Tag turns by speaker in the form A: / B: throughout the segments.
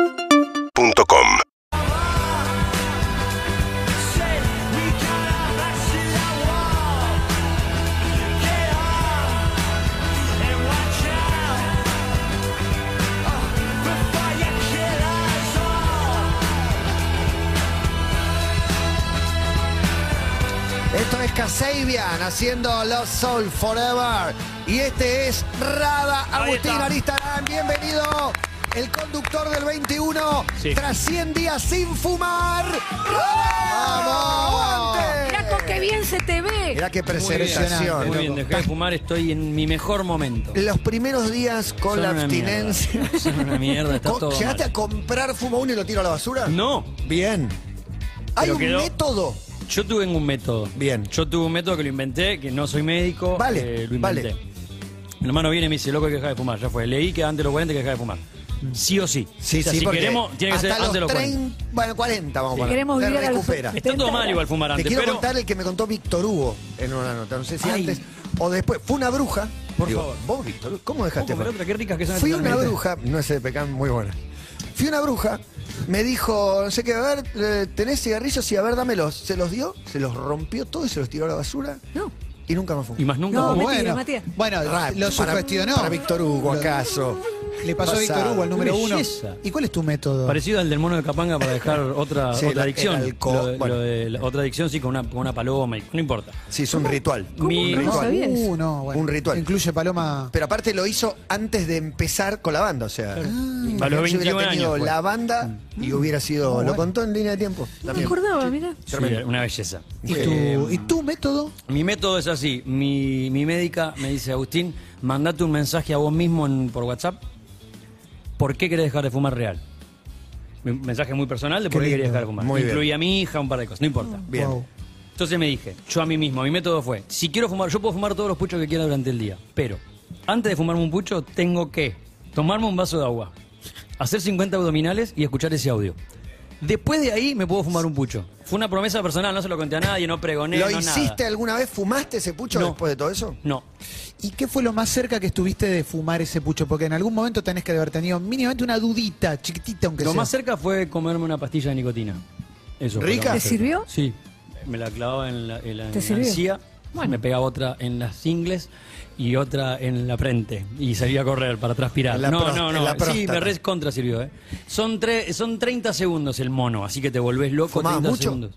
A: UrbanaPlayFM.com
B: Esto es Kasabian haciendo Love Soul Forever. Y este es Rada Agustín
C: está.
B: Aristarán. Bienvenido, el conductor del 21.
C: Sí.
B: Tras 100 días sin fumar. ¡Vamos!
D: Mirá con qué bien se te ve.
B: Mirá qué
C: Muy
B: presentación.
C: bien, dejé de fumar, estoy en mi mejor momento.
B: Los primeros días con
C: Son
B: la
C: una
B: abstinencia.
C: mierda, Son una mierda, está
B: Co-
C: todo
B: ¿Llegaste
C: mal.
B: a comprar fumo uno y lo tiro a la basura?
C: No,
B: Bien. Hay
C: Pero
B: un
C: quedó-
B: método.
C: yo tuve un método.
B: Bien.
C: Yo tuve un método que lo inventé, que no soy médico.
B: Vale,
C: eh, lo
B: vale.
C: inventé. Mi hermano viene y me dice, loco, hay que dejar de fumar. Ya fue. Leí que antes de los 40 hay que dejar de fumar. Sí o sí. O sea, si
B: Mm. porque
C: queremos, tiene que ser
B: hasta
C: antes de los 40.
B: Bueno, 40 vamos a
C: Sí.
B: poner.
D: Queremos
B: Se
D: vivir a los
B: recupera.
D: 70.
C: Está todo mal igual fumar
B: Te
C: antes,
B: quiero
C: pero...
B: contar el que me contó Víctor Hugo en una nota. No sé si
C: Ay.
B: antes o después. Fue una bruja.
C: Por favor.
B: Vos, Víctor, Hugo, ¿cómo
C: Ojo,
B: dejaste?
C: pero otra, qué ricas que son
B: Fui
C: estas
B: una
C: tormentas.
B: bruja, no sé, pecan muy buena. Fui una bruja, me dijo, no sé qué, a ver, eh, ¿tenés cigarrillos? Sí, a ver, dámelos. Se los dio, se los rompió todo y se los tiró a la basura.
D: No.
B: Y nunca más fumó.
C: Y más nunca
D: No,
C: fumé.
D: mentira,
E: bueno,
D: Matías.
E: bueno
B: Rap,
E: lo
B: Ah, para-
E: sugestionó.
B: Para Víctor Hugo,
E: Lo-
B: acaso.
E: Le pasó a Víctor
B: Pasado.
E: Hugo, el número
C: Qué
E: uno.
C: belleza.
E: ¿Y cuál es tu método?
C: Parecido al del mono de Capanga para dejar otra,
B: Sí,
C: otra
B: el- el
C: adicción.
B: alcohol,
C: Lo de- lo
B: bueno.
C: de la- otra adicción sí con una, con una paloma, y- no importa.
B: Sí, es un ritual.
C: Mi-
B: un
D: ¿Cómo
E: no,
B: ritual.
D: sabía eso?
E: uh, no, bueno.
B: Un ritual.
E: Incluye Paloma.
B: Pero aparte lo hizo antes de empezar con la banda, o sea.
C: A los
B: si
C: 21
B: hubiera tenido
C: años. fue. Mm.
B: la banda y hubiera sido. Lo
E: bueno.
B: contó en línea de tiempo.
D: No me acordaba, mira.
C: Sí, eh, una belleza.
E: ¿Y, tu,
C: Eh,
E: ¿Y tu método?
C: Mi método es así. Mi, mi médica me dice, Agustín, mandate un mensaje a vos mismo en- por WhatsApp. ¿Por qué querés dejar de fumar real? Mi mensaje muy personal de por
B: Qué
C: qué quería
B: lindo.
C: dejar de fumar.
B: Muy bien.
C: Incluía a mi hija, un par de cosas, no importa.
B: Bien.
E: Wow.
C: Entonces me dije, yo a mí mismo, mi método fue, si quiero fumar, yo puedo fumar todos los puchos que quiera durante el día, pero antes de fumarme un pucho tengo que tomarme un vaso de agua, hacer 50 abdominales y escuchar ese audio. Después de ahí me puedo fumar un pucho. Fue una promesa personal, no se lo conté a nadie, no pregoné,
B: ¿Lo
C: no
B: hiciste
C: nada.
B: alguna vez? ¿Fumaste ese pucho
C: No.
B: después de todo eso?
C: No,
E: ¿Y qué fue lo más cerca que estuviste de fumar ese pucho? Porque en algún momento tenés que haber tenido mínimamente una dudita, chiquitita, aunque
C: lo
E: sea.
C: más cerca fue comerme una pastilla de nicotina. Eso. fue
B: ¿Rica?
C: lo
D: ¿Te
C: más cerca.
D: sirvió?
C: Sí. Me la clavaba en la, en la-
D: ¿Te
C: en la
D: sirvió?
C: encía. Me pegaba otra en las ingles y otra en la frente. Y salía a correr para transpirar.
B: En la
C: no,
B: prost-
C: no,
B: en
C: no,
B: la
C: Sí,
B: próstata.
C: me res contra sirvió. ¿eh? Son, tre- son 30 segundos el mono, así que te volvés loco.
B: ¿Fumabas
C: 30
B: mucho?
C: segundos.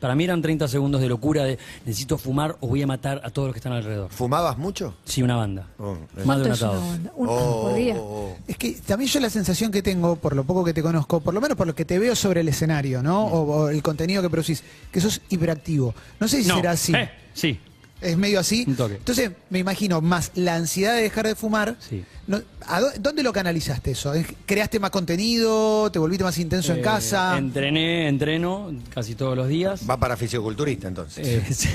C: Para mí eran 30 segundos de locura de necesito fumar o voy a matar a todos los que están alrededor.
B: ¿Fumabas mucho?
C: Sí, una banda.
B: Oh, eh.
C: Más de
D: Esto
C: un
D: es
C: atado.
D: una onda. Un
B: Oh,
D: por día.
B: oh, oh.
E: Es que también yo la sensación que tengo, por lo poco que te conozco, por lo menos por lo que te veo sobre el escenario, ¿no? O, o el contenido que producís, que sos hiperactivo. No sé si
C: No.
E: será así.
C: Eh, sí.
E: Es medio así.
C: Un toque.
E: Entonces, me imagino, más la ansiedad de dejar de fumar.
C: Sí.
E: no- ¿a dó- ¿Dónde lo canalizaste eso? ¿Creaste más contenido? ¿Te volviste más intenso en
C: Eh,
E: casa?
C: Entrené, entreno casi todos los días.
B: Va para fisioculturista entonces.
C: Eh, sí.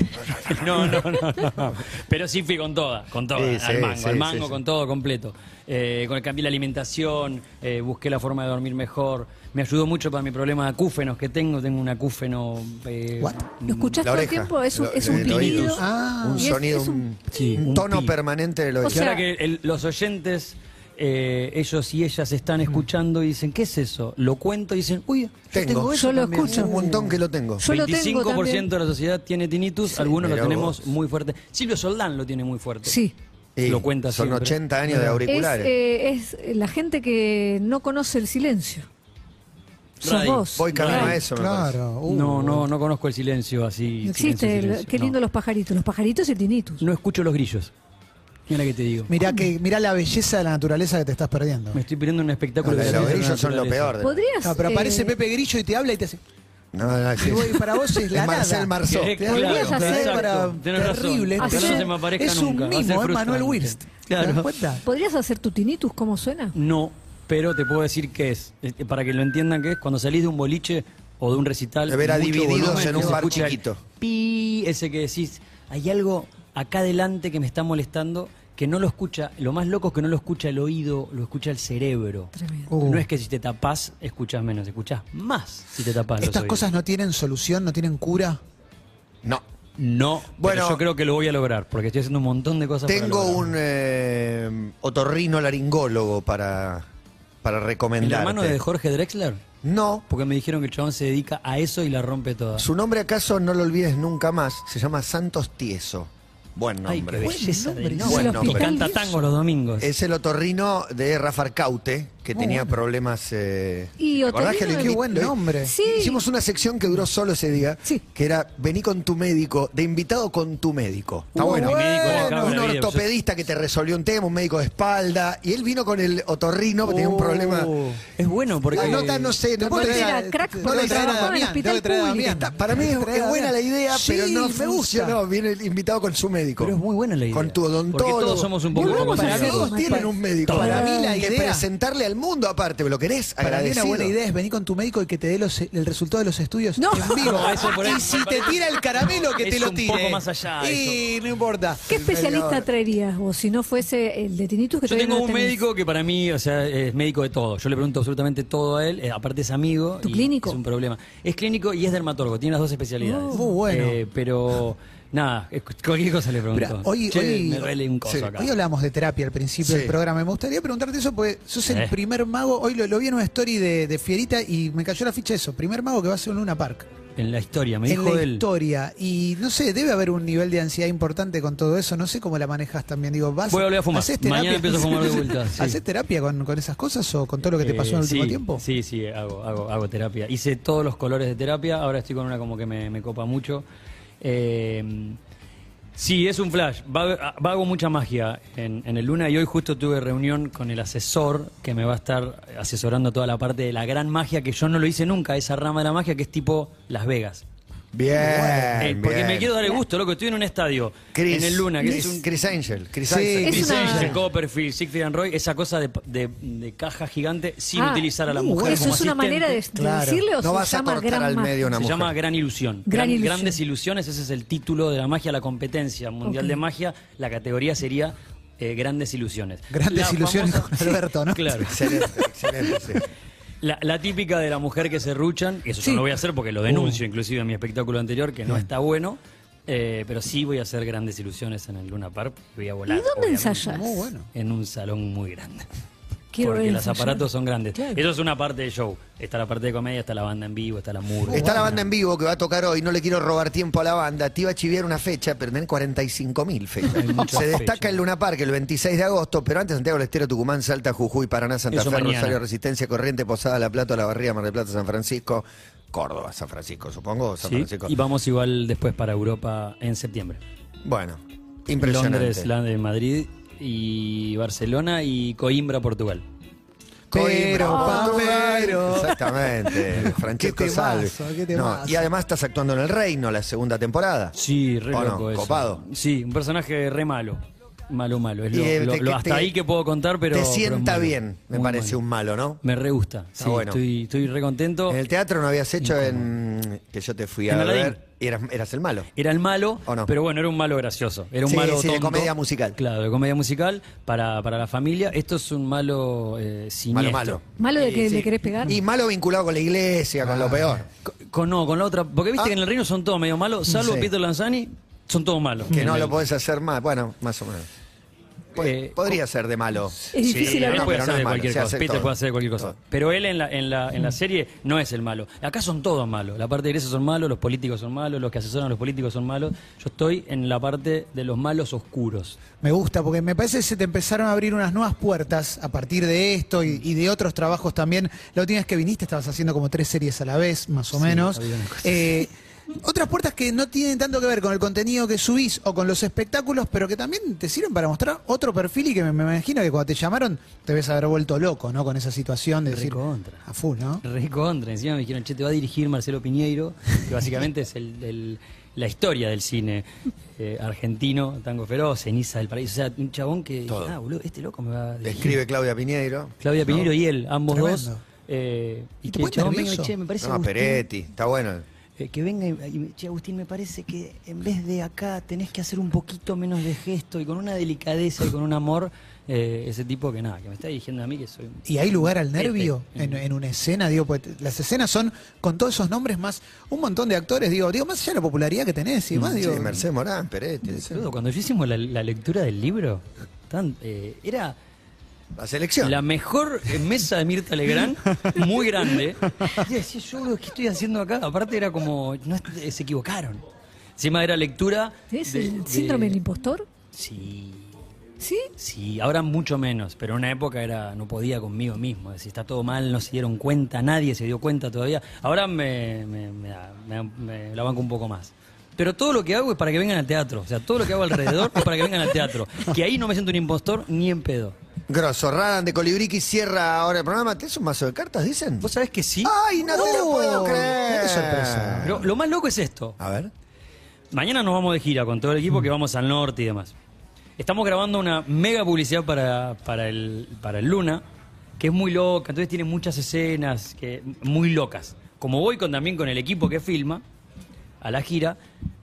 C: no, no, no, no. Pero sí fui con toda, con toda,
B: Sí, sí,
C: al mango,
B: sí,
C: al mango
B: sí, sí.
C: con todo completo. Eh, con el cambio de la alimentación, eh, busqué la forma de dormir mejor. Me ayudó mucho para mi problema de acúfenos que tengo. Tengo un acúfeno. eh,
E: What?
D: ¿Lo escuchás
B: La
D: todo el
B: oreja,
D: tiempo? Es un,
B: lo-
D: es un
B: el oído.
D: pitido.
E: Ah.
B: un
D: Y es-
B: sonido,
D: es
B: un,
D: un-
C: Sí,
B: un
C: un
B: tono
C: pi.
B: permanente de lo
D: O
C: Y
B: que
D: sea-
C: ahora que el- los oyentes, eh, ellos y ellas están escuchando y dicen, ¿qué es eso? Lo cuento y dicen, uy, yo
B: Tengo.
C: tengo, eso.
D: Yo lo
C: también".
D: escucho.
B: un montón que lo tengo.
D: Yo lo tengo
C: 25%
D: también.
C: de la sociedad tiene tinnitus, algunos lo
B: Mirá
C: tenemos
B: vos.
C: muy fuerte. Silvio Soldán lo tiene muy fuerte.
D: Sí.
B: Y
C: lo cuenta
B: Son
C: siempre.
B: 80 años de
D: Es,
B: auriculares.
D: eh, es la gente que no conoce el silencio. Sos
C: Radio.
D: vos.
B: Voy camino
D: Claro.
B: a eso, me parece.
E: claro. uh.
C: No, no, no conozco el silencio así.
D: No existe.
C: silencio,
D: el-
C: silencio,
D: qué lindo
C: no.
D: los pajaritos. Los pajaritos y el tinnitus.
C: No escucho los grillos. Mira que te digo.
E: Mirá, que, mirá la belleza de la naturaleza que te estás perdiendo.
C: Me estoy perdiendo un espectáculo.
B: No,
C: de
B: los
C: la
B: grillos son lo
C: naturaleza.
B: peor. de-
D: ¿Podrías?
E: Ah, pero
D: eh,
E: aparece Pepe Grillo y te habla y te hace.
B: No, no, sí.
E: Y voy, para vos es la
B: Es Marcel
E: nada.
B: Marceau.
C: Eh,
E: Claro,
C: claro,
D: podrías hacer-
C: exacto.
E: para-
C: Tenés razón.
E: terrible,
C: Que
D: hacer-
C: no se me aparezca
E: es un
C: nunca. Va a ser
E: mimo, es
C: frustrante.
E: Manuel Wirst. ¿Te das
C: Claro.
E: cuenta?
D: ¿Podrías hacer tu tinnitus cómo suena?
C: No, pero te puedo decir qué es. Este, Para que lo entiendan qué es, cuando salís de un boliche o de un recital.
B: De ver a
C: mucho
B: Divididos
C: volumen,
B: en un
C: que se
B: bar
C: escucha el
B: chiquito.
C: Pi, ese que decís, hay algo acá adelante que me está molestando que no lo escucha, lo más loco es que no lo escucha el oído, lo escucha el cerebro.
D: Tremendo.
E: Uh.
C: No es que si te tapás, escuchás menos, escuchás más si te tapás. los
E: Estas
C: oídos.
E: cosas no tienen solución, no tienen cura.
B: No.
C: No,
B: Bueno.
C: bueno, yo creo que lo voy a lograr, porque estoy haciendo un montón de cosas. para
B: Tengo
C: lograrlo.
B: un eh, otorrino laringólogo para para
C: ¿El
B: recomendar.
C: hermano de Jorge Drexler?
B: No.
C: Porque me dijeron que el chabón se dedica a eso y la rompe toda.
B: Su nombre acaso no lo olvides nunca más. Se llama Santos Tieso. Buen
C: Ay, qué
B: nombre.
C: belleza de
D: nombre,
B: no,
C: nombre.
B: buen
C: Y
B: nombre.
C: canta tango los domingos.
B: Es el otorrino de Rafa Arcaute, que
E: Muy
B: tenía
E: bueno.
B: problemas. eh,
D: Y
B: ¿te acordás
D: otorrino
B: que le-
E: es- Qué buen
B: le-
E: nombre.
D: Sí.
B: ¿eh? Hicimos una sección que duró solo ese día,
D: Sí.
B: que era Vení con tu médico, de invitado con tu médico. Está
E: Uh,
B: bueno.
E: mi médico
C: la
B: Bueno,
C: cabra,
B: un
C: video.
B: ortopedista que te resolvió un tema, un médico de espalda, y él vino con el otorrino porque tenía un
C: Oh,
B: problema.
C: Es bueno porque.
B: La nota no sé, no
E: puedo
B: no
E: traer
D: era crack
E: no
D: porque
E: le traer a
D: trabajaba en el
E: Damián,
D: hospital
E: debo traer a
D: público.
E: Damián.
B: Está- para mí es,
E: Debo traer
B: es
E: a
B: buena la
E: Damián.
B: idea,
E: Sí,
B: pero no
E: me gusta.
B: funcionó. Viene el invitado con su médico.
C: Pero es muy buena la idea.
B: Con tu odontólogo.
C: Porque todos somos un poco
B: Volvamos
C: como
B: a
E: nosotros.
B: todos tienen un médico.
C: Para
E: mí la
B: Que
E: idea-
B: presentarle al mundo aparte, lo querés
E: Para mí
B: agradecido.
E: una buena idea es venir con tu médico y que te dé los- el resultado de los estudios
D: No.
E: en vivo.
C: No, eso por ahí-
E: y si te tira el caramelo, que
C: Es
E: te lo
C: un
E: tire.
C: poco más allá
E: Y no importa.
D: ¿Qué especialista
B: Señor.
D: traerías vos si no fuese el de tinnitus que
C: Yo
D: todavía
C: tengo
D: no lo
C: un
D: tenés?
C: médico que para mí, o sea, es médico de todo. Yo le pregunto absolutamente todo a él, eh, aparte es amigo.
D: ¿Tu
C: y
D: clínico?
C: Es un problema. Es clínico y es dermatólogo, tiene las dos especialidades.
E: Oh, bueno.
C: Eh, pero nada, es- cualquier cosa le pregunto.
E: Pero hoy-
C: Che,
E: hoy-
C: me duele un coso
B: sí,
C: acá.
E: Hoy hablamos de terapia al principio
B: Sí.
E: del programa. Me gustaría preguntarte eso porque sos el
C: Eh.
E: primer mago. Hoy lo, lo vi en una story de, de Fierita y me cayó la ficha eso. Primer mago que va a ser un Luna Park.
C: En la historia, me
E: en
C: dijo
E: la
C: él.
E: historia. Y no sé, debe haber un nivel de ansiedad importante con todo eso. No sé cómo la manejas también. Digo, vas,
C: Voy a volver a fumar.
E: ¿hacés
C: Mañana
E: terapia?
C: empiezo a fumar de vuelta, sí.
E: ¿Hacés terapia con, con esas cosas o con todo lo que te pasó en el
C: Eh, sí,
E: último tiempo?
C: Sí, sí, hago, hago, hago terapia. Hice todos los colores de terapia, ahora estoy con una como que me, me copa mucho. Eh, sí, es un flash. Va, va- hago mucha magia en, en el Luna y hoy justo tuve reunión con el asesor que me va a estar asesorando toda la parte de la gran magia que yo no lo hice nunca, esa rama de la magia que es tipo Las Vegas.
B: Bien,
C: Eh,
B: bien.
C: porque me quiero dar el gusto, loco, estoy en un estadio,
B: Chris,
C: en el Luna, que
B: Chris,
C: es un...
B: Chris Angel. Chris
E: Sí,
B: Angel.
D: Es
C: Chris
D: una-
C: Angel, Copperfield, Siegfried and Roy, esa cosa de, de- de caja gigante sin
D: Ah,
C: utilizar a la
E: uh,
C: mujer.
D: ¿Eso
C: como
D: es una
C: asistente.
D: manera de, de
E: Claro.
D: decirle o
B: No
D: se
B: vas a
D: llama
B: cortar
D: gran
B: al
D: ma-
B: medio una
C: Se
B: mujer.
C: llama Gran Ilusión.
D: Gran Ilusión.
C: Grandes Ilusiones, ese es el título de la magia, la competencia mundial
D: Ok.
C: de magia. La categoría sería eh, Grandes Ilusiones.
E: Grandes
C: La
E: ilusiones
C: famosa-
E: con Alberto, ¿no?
C: Claro.
B: Excelente, excelente. sí.
C: La, la típica de la mujer que se ruchan, y eso
D: Sí.
C: yo no voy a hacer porque lo
E: Uh.
C: denuncio inclusive en mi espectáculo anterior, que no está bueno, eh, pero sí voy a hacer grandes ilusiones en el Luna Park y voy a
D: ¿Y
C: volar.
D: dónde
C: obviamente,
D: ensayás?
E: Muy bueno.
C: En un salón muy grande.
D: Quiero
C: porque
D: ver
C: los
D: ensayar.
C: aparatos son grandes.
D: Claro.
C: Eso es una parte del show. Está la parte de comedia, está la banda en vivo, está la murga.
B: Está la banda en vivo que va a tocar hoy. No le quiero robar tiempo a la banda. Te iba a chiviar una fecha, pero tienen 45 mil fechas.
C: Hay muchas
B: Se destaca
C: fechas.
B: el Luna Park el 26 de agosto, pero antes Santiago del Estero, Tucumán, Salta, Jujuy, Paraná, Santa
C: Eso
B: Fe,
C: mañana.
B: Rosario, Resistencia, Corriente, Posada, La Plata, La Barría, Mar del Plata, San Francisco, Córdoba, San Francisco, supongo. San
C: Sí,
B: Francisco.
C: Y vamos igual después para Europa en septiembre.
B: Bueno, impresionante.
C: Londres, la de Madrid y Barcelona y Coimbra, Portugal.
E: Pero,
B: Coimbra, Portugal.
E: pero.
B: Exactamente. Francesco
E: Qué temazo,
B: Salvi.
E: qué
B: No,
E: temazo.
B: y además estás actuando en El Reino la segunda temporada.
C: Sí, re
B: ¿O no?
C: loco eso.
B: Copado.
C: Sí, un personaje re malo. Malo, malo. Es lo,
B: Y, eh,
C: lo-
B: te-
C: lo-
B: que
C: hasta
B: te-
C: ahí que puedo contar, pero.
B: Te
C: pero es
B: sienta
C: malo.
B: bien, me
C: Muy
B: parece
C: malo.
B: un malo, ¿no?
C: Me re gusta.
B: Está
C: Sí,
B: bueno.
C: estoy, estoy re contento.
B: En el teatro no habías hecho en. que yo te fui a
C: En Aladdin.
B: ver. Y eras, eras el malo.
C: Era el malo,
B: ¿O no?
C: pero bueno, era un malo gracioso. Era un
B: Sí,
C: malo
B: sí, de
C: tonto.
B: comedia musical.
C: Claro, de comedia musical para, para la familia. Esto es un malo eh,
B: Malo,
C: siniestro.
B: malo.
D: ¿Malo de que
B: Sí.
D: le querés pegar?
B: Y malo vinculado con la iglesia, con
C: Ah,
B: lo peor.
C: Co- Con, no, con la otra. Porque viste
B: Ah.
C: que en el reino son todos medio malos, salvo
B: Sí.
C: Peter Lanzani, son todos malos.
B: Que
C: En
B: no
C: el-
B: lo podés hacer más. Bueno, más o menos. Po-
C: Eh,
B: Podría ser de malo.
D: Es
C: Sí,
D: difícil
C: él
D: hablar.
B: no,
C: puede
B: pero
C: hacer
B: no
C: de
B: es malo,
C: cualquier
B: se
C: cosa.
B: hace
C: Peter
B: todo.
C: puede hacer de cualquier cosa.
B: Todo. Mm.
C: Pero él en la, en, la, en la serie no es el malo. Acá son todos malos. La parte de ingresos son malos, los políticos son malos, los que asesoran a los políticos son malos. Yo estoy en la parte de los malos oscuros.
E: Me gusta, porque me parece que se te empezaron a abrir unas nuevas puertas a partir de esto y, y de otros trabajos también. La última vez que viniste estabas haciendo como tres series a la vez, más o menos.
C: había una cosa
E: Eh, otras puertas que no tienen tanto que ver con el contenido que subís o con los espectáculos, pero que también te sirven para mostrar otro perfil y que me, me imagino que cuando te llamaron te debes haber vuelto loco, ¿no? Con esa situación de decir,
C: Recontra.
E: a full, ¿no?
C: Recontra. Encima me dijeron, che, te va a dirigir Marcelo Piñeiro, que básicamente es el, el- la historia del cine eh, argentino, Tango Feroz, Ceniza del Paraíso. O sea, un chabón que,
B: Todo.
C: ah, boludo, este loco me va a dirigir.
B: Escribe Claudia Piñeiro.
C: Claudia Piñeiro y él, ambos dos.
E: Tremendo.
C: eh, y,
E: ¿Y
C: que
E: te
C: el
E: pones
C: chabón venga y,
E: nervioso?
C: che, me parece
B: No,
C: Agustín,
B: Peretti. Está bueno.
C: Eh, que venga y, y, che, Agustín, me parece que en vez de acá tenés que hacer un poquito menos de gesto y con una delicadeza y con un amor, eh, ese tipo que nada, que me está dirigiendo a mí que soy un...
E: ¿Y hay lugar al nervio
C: Este.
E: en, en una escena? Digo, pues, las escenas son con todos esos nombres más un montón de actores, digo, digo, más allá de la popularidad que tenés y
C: Mm,
E: más,
B: Sí,
E: digo.
B: Mercedes Morán, Peretti. sí.
C: Boludo, Cuando yo hicimos la, la lectura del libro, tan, eh, era...
B: La selección.
C: La mejor eh, mesa de Mirta Legrand, muy grande. Y decía, yo, boludo, ¿qué estoy haciendo acá? Aparte era como, no, es- eh, se equivocaron. Encima era lectura.
D: ¿Es
C: de-
D: el
C: de-
D: síndrome del impostor?
C: Sí,
D: ¿Sí?
C: sí, ahora mucho menos, pero en una época era no podía conmigo mismo. Decía, está todo mal, no se dieron cuenta, nadie se dio cuenta todavía. Ahora me, me- me da- me- me la banco un poco más. Pero todo lo que hago es para que vengan al teatro. O sea, todo lo que hago alrededor es para que vengan al teatro. Que ahí no me siento un impostor ni en pedo.
B: Grosso, Radan de Colibriqui cierra ahora el programa. ¿Tenés un mazo de cartas, dicen?
C: ¿Vos sabés que sí?
B: ¡Ay, no te lo
E: Oh,
B: puedo creer!
E: qué sorpresa.
C: Lo, lo más loco es esto.
B: A ver.
C: Mañana nos vamos de gira con todo el equipo que vamos al norte y demás. Estamos grabando una mega publicidad para, para, el, para el Luna, que es muy loca, entonces tiene muchas escenas que, muy locas. Como voy con, también con el equipo que filma a la gira,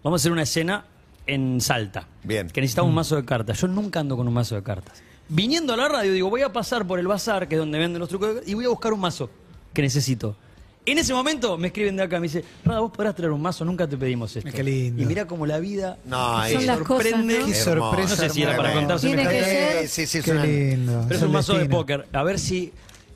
C: vamos a hacer una escena en Salta.
B: Bien.
C: Que necesitamos un mazo de cartas. Yo nunca ando con un mazo de cartas. Viniendo a la radio, digo, voy a pasar por el bazar, que es donde venden los trucos, de- y voy a buscar un mazo que necesito. En ese momento me escriben de acá, me dice, Rada, vos podrás traer un mazo, nunca te pedimos esto.
E: Qué lindo.
C: Y mira cómo la vida
B: No,
C: te
B: Son
D: las cosas,
C: sorprende.
D: ¿no?
E: Qué sorpresa.
C: No sé si era para
B: Tremendo.
C: contarse
D: Tiene que ser-
B: Sí, sí, sí, es
E: Qué
B: una-
E: lindo.
C: Pero es
E: el
C: un mazo de
E: destino.
C: póker. A ver si.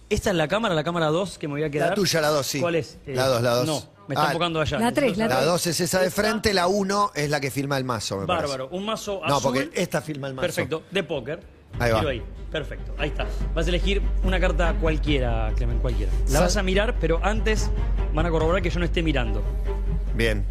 C: Esta es la cámara, la cámara 2 que me voy a quedar.
B: La tuya, la 2, sí.
C: ¿Cuál es? Eh,
B: La 2, la 2.
C: No, me está
B: Ah,
C: enfocando allá.
D: la 3, la
B: La 2 es esa de frente, la 1 es la que firma el mazo, me parece.
C: Bárbaro. Un mazo azul.
B: No, porque esta firma el mazo.
C: Perfecto, de póker.
B: Ahí va.
C: Tiro ahí. Perfecto, ahí está. Vas a elegir una carta cualquiera, Clemen, cualquiera.
B: Sa-
C: La vas a mirar, pero antes van a corroborar que yo no esté mirando.
B: Bien.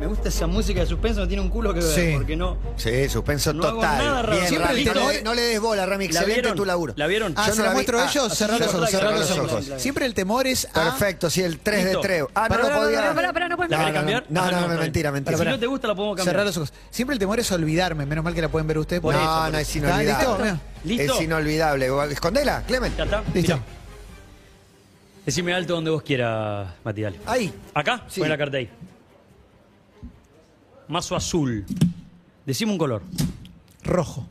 C: Me gusta esa música de suspenso, no tiene un culo que ver,
E: Sí.
C: porque no.
B: Sí, suspenso
C: No hago
B: total.
C: nada, Rami.
B: Bien,
C: Siempre
B: Rami,
C: listo.
B: no, le, no le des bola, Rami.
C: ¿La
B: Excelente
C: vieron?
B: tu laburo.
C: ¿La vieron?
E: Ah,
B: Yo
E: ¿se
B: no
E: la
B: vi.
E: muestro
B: Ah,
E: a ellos?
B: sí, yo
E: Cerrar los
B: la
E: ojos,
B: vi.
E: cerrar
B: Cerrá
E: los
C: la vi,
E: ojos.
C: la vi.
E: Siempre el temor es ah, a...
B: Perfecto, sí, el 3 de
C: Listo.
B: 3. Ah, no
E: Pará,
B: lo
E: pará,
B: podía.
D: pará, pará, no puedes
C: ¿La
D: No,
C: querés
D: no, no.
C: cambiar?
B: No,
C: Ah,
B: no,
C: está bien.
B: mentira, mentira.
C: Si no te gusta, la podemos cambiar.
E: Cerrar los ojos. Siempre el temor es olvidarme. Menos mal que la pueden ver ustedes.
C: Por
E: porque-
C: eso,
B: No, no, es
E: ¿Está
B: inolvidable.
E: listo?
C: ¿Listo?
B: Es inolvidable. Escondela, Clemen.
C: ¿Ya está?
E: Listo.
C: Decime alto donde vos quieras, Mati, dale.
B: Ahí.
C: ¿Acá?
B: Sí.
C: Pon la carta ahí. Mazo azul. Decime un color.
E: Rojo.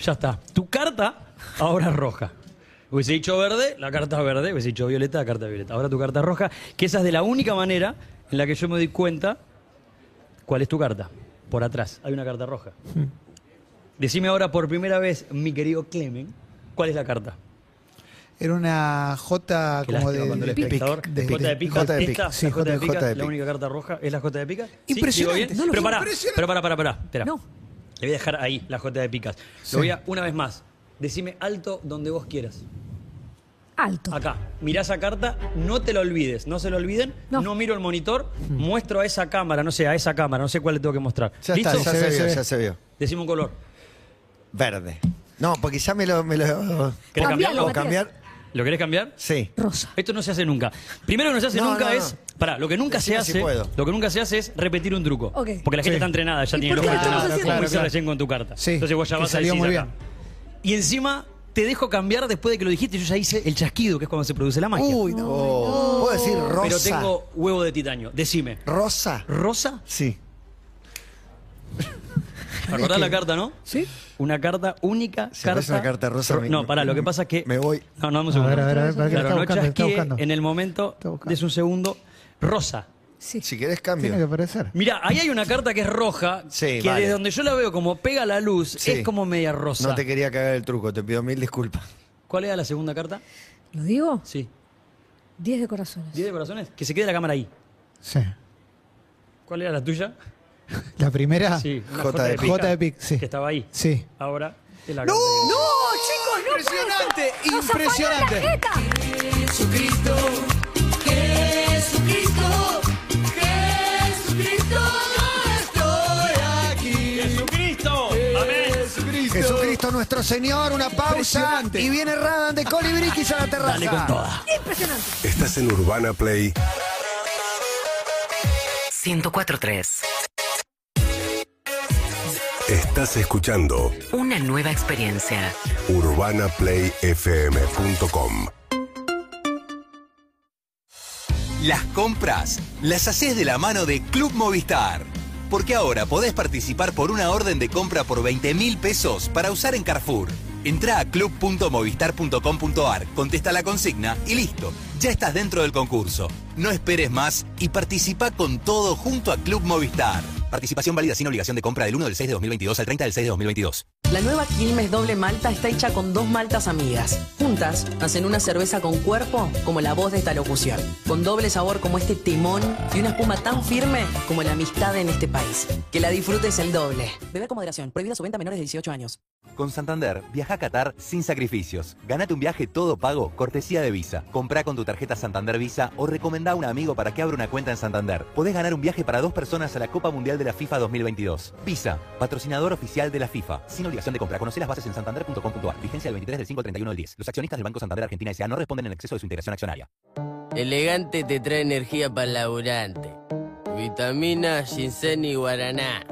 C: Ya está. Tu carta ahora es roja. Hubiese dicho verde, la carta es verde. Hubiese dicho violeta, la carta es violeta. Ahora tu carta es roja, que esa es de la única manera en la que yo me doy cuenta cuál es tu carta. Por atrás hay una carta roja. Decime ahora por primera vez, mi querido Clemen, cuál es la carta.
E: Era una J
C: Qué
E: como
C: lástima
E: de,
C: cuando el
E: de pic,
C: espectador.
E: de pic.
C: Jota de pica.
B: Jota de pica.
C: Esta,
E: Sí,
C: la
E: Jota
C: Jota de
E: de
C: pica,
B: Jota de
C: la
B: pica.
C: única carta roja es la Jota de pica. ¿Sí?
E: Impresionante,
C: ¿Digo bien?
E: no lo
C: pero
E: puedo-
C: pará,
E: impresionante.
C: pero pará, pará, pará. Esperá.
D: No.
C: Le voy a dejar ahí la Jota de picas.
E: Sí.
C: Lo voy a, una vez más, decime alto donde vos quieras.
D: Alto.
C: Acá, mirá esa carta, no te la olvides, no se la olviden, no,
D: No.
C: miro el monitor,
E: Mm.
C: muestro a esa cámara, no sé, a esa cámara, no sé cuál le tengo que mostrar.
B: Ya
C: ¿Listo?
B: está, ya
E: Se
B: se
E: ve,
B: vio,
E: se ve.
B: ya se vio.
C: Decime un color.
B: Verde. No, porque ya me lo. Me lo
D: Cambialo,
C: ¿Querés cambiarlo?
B: ¿Puedo cambiar?
C: ¿Lo querés cambiar?
B: Sí.
D: Rosa.
C: Esto no se hace nunca. Primero que no se hace
B: No,
C: nunca
B: no, no.
C: es. Pará, lo que nunca se
B: Decime si
C: hace.
B: puedo.
C: Lo que nunca se hace es repetir un truco.
D: Ok.
C: Porque la gente
E: Sí.
C: está entrenada, ya
D: ¿Y por
C: tiene los
D: qué
E: lo
C: entrenados.
E: estamos haciendo?
C: como hice
E: Claro,
C: recién con tu carta.
E: Sí,
C: Entonces vos ya
E: que
C: vas a
E: salió
C: decir
E: muy
C: acá. Y encima te dejo cambiar después de que lo dijiste. Yo ya hice el chasquido, que es cuando se produce la magia.
E: Uy, no.
B: Oh, ¿Puedo decir rosa?
C: Pero tengo huevo de titanio. Decime,
B: ¿Rosa?
C: ¿rosa?
B: Sí.
C: Acordás la carta, ¿no?
D: ¿Sí?
C: Una carta única,
B: Si
C: carta.
B: aparece una carta rosa, me-
C: no, pará, lo que pasa es que.
B: me voy.
C: No, no, vamos
E: A
C: a
E: ver, a ver, a ver, para que
C: Claro,
E: está
C: no
E: buscando, está
C: chasquee
E: buscando.
C: en el momento.
E: Está buscando.
C: Des un segundo. Rosa.
D: Sí.
B: Si querés
E: Tiene que
B: cambio.
E: aparecer.
C: Mirá, ahí hay una carta que es roja,
B: Sí,
C: que
B: vale.
C: desde donde yo la veo como pega la luz,
B: Sí.
C: es como media rosa.
B: No te quería cagar el truco, te pido mil disculpas.
C: ¿Cuál era la segunda carta?
D: ¿Lo digo?
C: Sí.
D: 10 de corazones.
C: ¿Diez de corazones? Que se quede la cámara ahí.
E: Sí.
C: ¿Cuál era la tuya?
E: La primera.
C: sí, una
B: Ah, J de pica.
E: J de pic, sí.
C: Que estaba ahí.
E: Sí.
C: Ahora es la
E: ¡No!
C: carta que-
E: ¡No, chicos! ¡Impresionante! ¡Impresionante!
A: Jesucristo, Jesucristo, Jesucristo, yo estoy aquí. Eh,
C: ¡Jesucristo! ¡Amén!
B: Jesucristo nuestro Señor, una pausa.
E: Impresionante.
B: Y viene Radan de Colibriquis a la terraza.
C: Dale
A: ah.
C: con toda.
D: Impresionante.
F: Estás en Urbana Play
G: 1043.
F: Estás escuchando
G: Una nueva experiencia.
F: urbanaplayfm.com.
H: Las compras las haces de la mano de Club Movistar. Porque ahora podés participar por una orden de compra por 20 mil pesos para usar en Carrefour. Entra a club.movistar.com.ar, contesta la consigna y listo, ya estás dentro del concurso. No esperes más y participa con todo junto a Club Movistar. Participación válida sin obligación de compra del 1 del 6 de 2022 al 30 del 6 de 2022.
I: La nueva Quilmes Doble Malta está hecha con dos maltas amigas. Juntas hacen una cerveza con cuerpo como la voz de esta locución. Con doble sabor como este timón y una espuma tan firme como la amistad en este país. Que la disfrutes el doble. Beber con moderación. Prohibida su venta a menores de 18 años.
H: Con Santander, viaja a Qatar sin sacrificios. Ganate un viaje todo pago, cortesía de Visa. Comprá con tu tarjeta Santander Visa o recomendá a un amigo para que abra una cuenta en Santander. Podés ganar un viaje para dos personas a la Copa Mundial de la FIFA 2022. Visa, patrocinador oficial de la FIFA. Sin obligación de compra. Conocé las bases en santander.com.ar. Vigencia del 23 del 5 al 31 del 10. Los accionistas del Banco Santander Argentina S.A. no responden en exceso de su integración accionaria.
J: Elegante te trae energía para el laburante. Vitamina, ginseng y guaraná.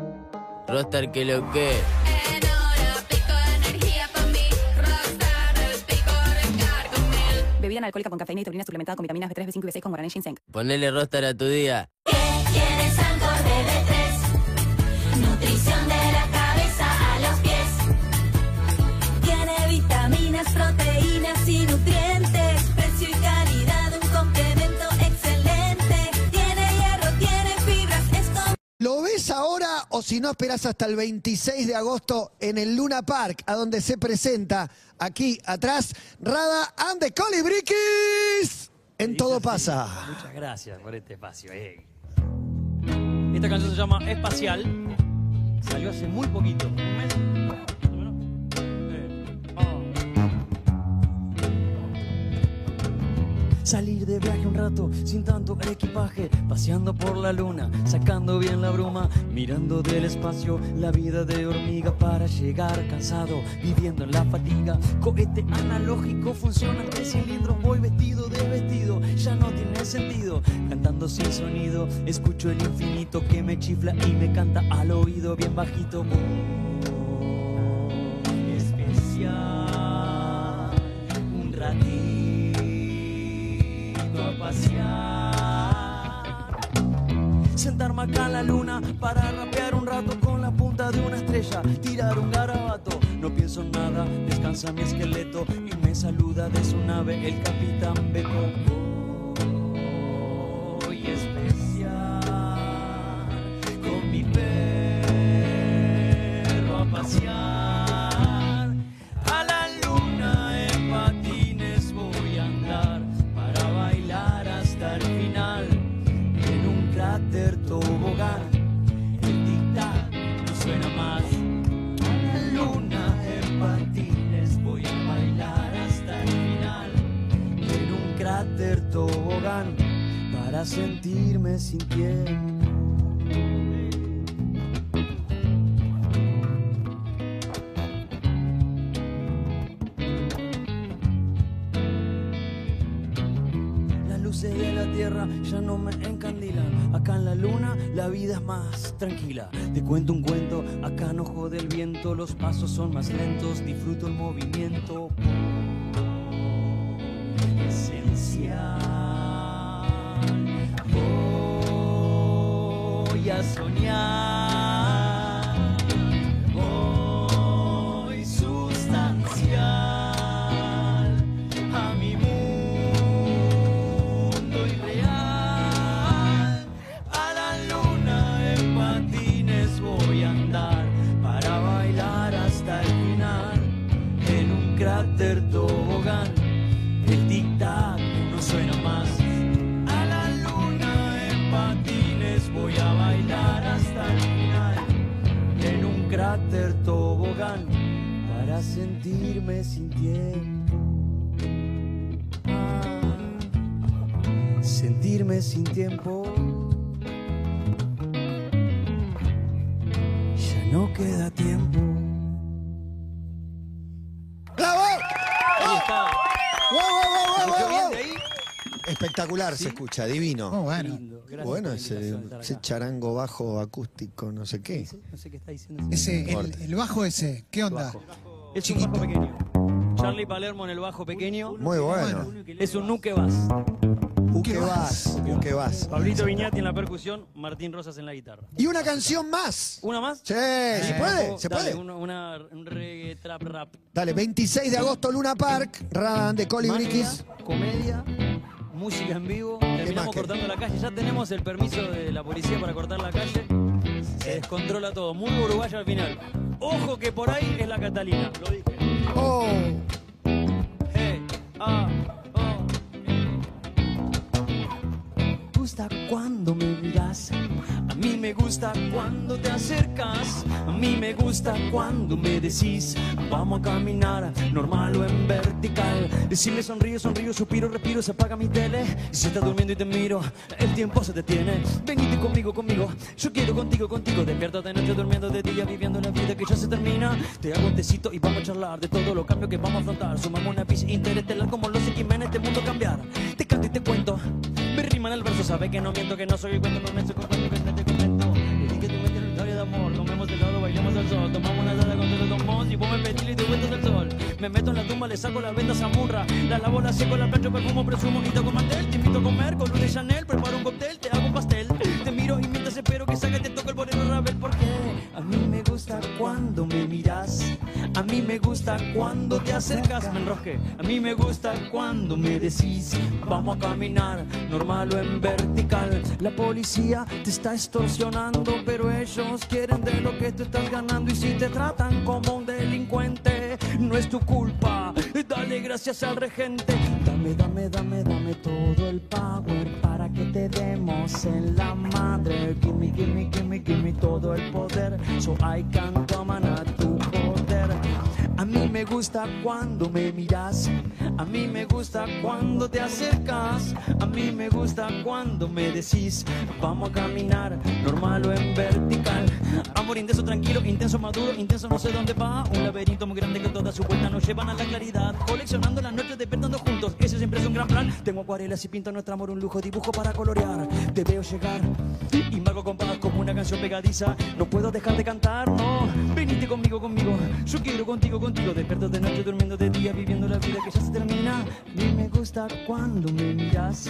J: Rostar que lo que.
A: En hora pico energía pa' mí, rockstar el pico recargo mil.
K: Bebida alcohólica con cafeína y taurina suplementada con vitaminas B3, B5 y B6 con guaraná y ginseng.
J: Ponele rostar a tu día.
A: ¿Qué quieres algo de B3? Nutrición de la cabeza a los pies. Tiene vitaminas, proteínas y nutrientes. Precio y calidad, un complemento excelente. Tiene hierro, tiene fibras, es como
B: ¿Lo ves ahora o si no esperás hasta el 26 de agosto en el Luna Park, a donde se presenta aquí atrás Rada and the Colibriquis? En todo pasa.
C: Muchas gracias por este espacio. eh. Esta canción se llama Espacial. Salió hace muy poquito. ¿Un mes? Más o menos. Eh, ah. Salir de viaje un rato sin tanto equipaje, paseando por la luna, sacando bien la bruma, mirando del espacio la vida de hormiga para llegar cansado, viviendo en la fatiga. Cohete analógico funciona tres cilindros, voy vestido de vestido, ya no tiene sentido. Cantando sin sonido, escucho el infinito que me chifla y me canta al oído bien bajito. Muy especial, un ratito a pasear. Sentarme acá en la luna para rapear un rato con la punta de una estrella, tirar un garabato. No pienso en nada, descansa mi esqueleto y me saluda de su nave el capitán Beco. Voy especial con mi perro a pasear. A la luna en patines voy a andar para bailar hasta el final en un cráter tobogán. El tic-tac no suena más. A la luna en patines voy a bailar hasta el final. En un cráter tobogán para sentirme sin tiempo. Las luces de la tierra ya no me encandilan. Acá en la luna la vida es más tranquila. Te cuento un cuento, acá no jode el viento. Los pasos son más lentos, disfruto el movimiento. Esencial. Voy a soñar. Voy sustancial a mi mundo irreal. A la luna en patines voy a andar para bailar hasta el final. En un cráter tobogán, el tic-tac no suena más. A la luna en patines voy a bailar hasta el final. En un cráter tobogán para sentirme sin tiempo. Ah sentirme sin tiempo. Ya no queda tiempo.
B: ¡Bravo!
C: Ahí está.
B: ¡Wow, wow, wow, wow,
C: ¿Escuchó
B: wow,
C: bien
B: wow!
C: de ahí?
B: Espectacular se escucha, divino.
E: Oh, bueno.
C: Lindo. Gracias
B: bueno,
C: por la
B: ese,
C: invitación, estar
B: ese
C: acá.
B: charango bajo acústico, no sé qué.
C: No sé qué está diciendo. ese
E: Ese, el,
B: Corte.
E: el bajo ese, ¿qué onda?
C: bajo. Es un bajo pequeño. Charlie Palermo en el bajo pequeño.
B: Muy bueno.
C: Es un nuque bass.
B: ¿Qué vas? ¿Qué vas?
C: Pablito Viñati en la percusión, Martín Rosas en la guitarra.
B: Y una canción más.
C: ¿Una más?
B: Sí, se puede, se
C: Eh, Dale,
B: puede.
C: una- una- un reggae trap rap.
B: Dale, 26 de agosto, Luna Park, Radan de Colibriquis.
C: Manga, comedia, música en vivo.
B: más
C: Terminamos
B: querés?
C: cortando la calle. Ya tenemos el permiso de la policía para cortar la calle. Se descontrola todo. Muy uruguayo al final.
L: Ojo que por ahí es la Catalina. Lo dije. Hey, ah,
C: gusta cuando me miras. A mí me gusta cuando te acercas. A mí me gusta cuando me decís, vamos a caminar, normal o en vertical. Decirme sonrío, sonrío, suspiro, respiro, se apaga mi tele. Y si estás durmiendo y te miro, el tiempo se detiene. Venite conmigo, conmigo, yo quiero contigo, contigo. Despierta de noche, durmiendo de día, viviendo la vida que ya se termina. Te hago un tecito y vamos a charlar de todos los cambios que vamos a afrontar. Sumamos una pizza interestelar como los en este mundo cambiar. Te canto y te cuento. Me riman el verso, sabe que no miento, que no soy el cuento, no me con cuento, que no te comento. Y que tú me tienes historia de amor, comemos de todo, bailamos al sol, tomamos una salada con todos los bombos y vos me pedís y te vueltas al sol. Me meto en la tumba, le saco las vendas a Murra, la lavo, la seco, la plancho, perfumo, presumo, quito con mantel, te invito a comer con luz de Chanel, preparo un cóctel, te hago un pastel, te miro y mientras espero que salga te toco el bolero Ravel porque a mí me gusta cuando me miras, a mí me gusta cuando te acercas, me enrosqué, a mí me gusta cuando me decís, vamos a caminar, normal o en vertical, la policía te está extorsionando, pero ellos quieren de lo que tú estás ganando y si te tratan como un delincuente, no es tu culpa, dale gracias al regente, dame, dame, dame, dame todo el power para que te demos en la madre. Gimme, gimme, gimme, gimme todo el poder. So I can come and a tu poder. A mí me gusta cuando me miras. A mí me gusta cuando te acercas. A mí me gusta cuando me decís. Vamos a caminar, normal o en vertical. Amor intenso, tranquilo, intenso, maduro, intenso, no sé dónde va. Un laberinto muy grande que toda su vuelta nos llevan a la claridad. Coleccionando las noches, despertando juntos. Ese siempre es un gran plan. Tengo acuarelas y pinto nuestro amor un lujo, dibujo para colorear. Te veo llegar y marco compás como una canción pegadiza. No puedo dejar de cantar, no. Venite conmigo, conmigo. Yo quiero contigo, contigo. Despierto de noche, durmiendo de día, viviendo la vida que ya se termina. A mí me gusta cuando me miras.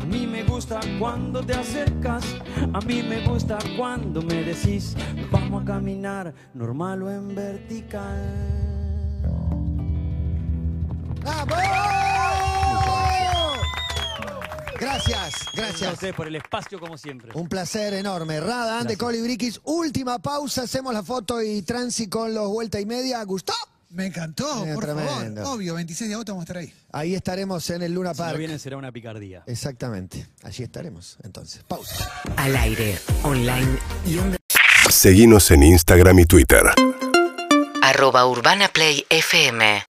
C: A mí me gusta cuando te acercas. A mí me gusta cuando me decís, vamos a caminar, normal o en vertical.
B: Gracias,
L: A
B: gracias.
L: ustedes por el espacio como siempre.
B: Un placer enorme. Rada, Ande,
L: Gracias.
B: Colibriquis. Última pausa, hacemos la foto y transi con los vuelta y media. ¿Gustó?
E: Me encantó,
B: Eh,
E: por
B: tremendo.
E: favor. Obvio, 26 de agosto vamos a estar ahí.
B: Ahí estaremos en el Luna
L: Si no
B: Park.
L: vienen será una picardía.
B: Exactamente. Allí estaremos. Entonces, pausa.
J: Al aire, online y on
F: Seguinos en Instagram y Twitter.
J: arroba urbanaplayfm.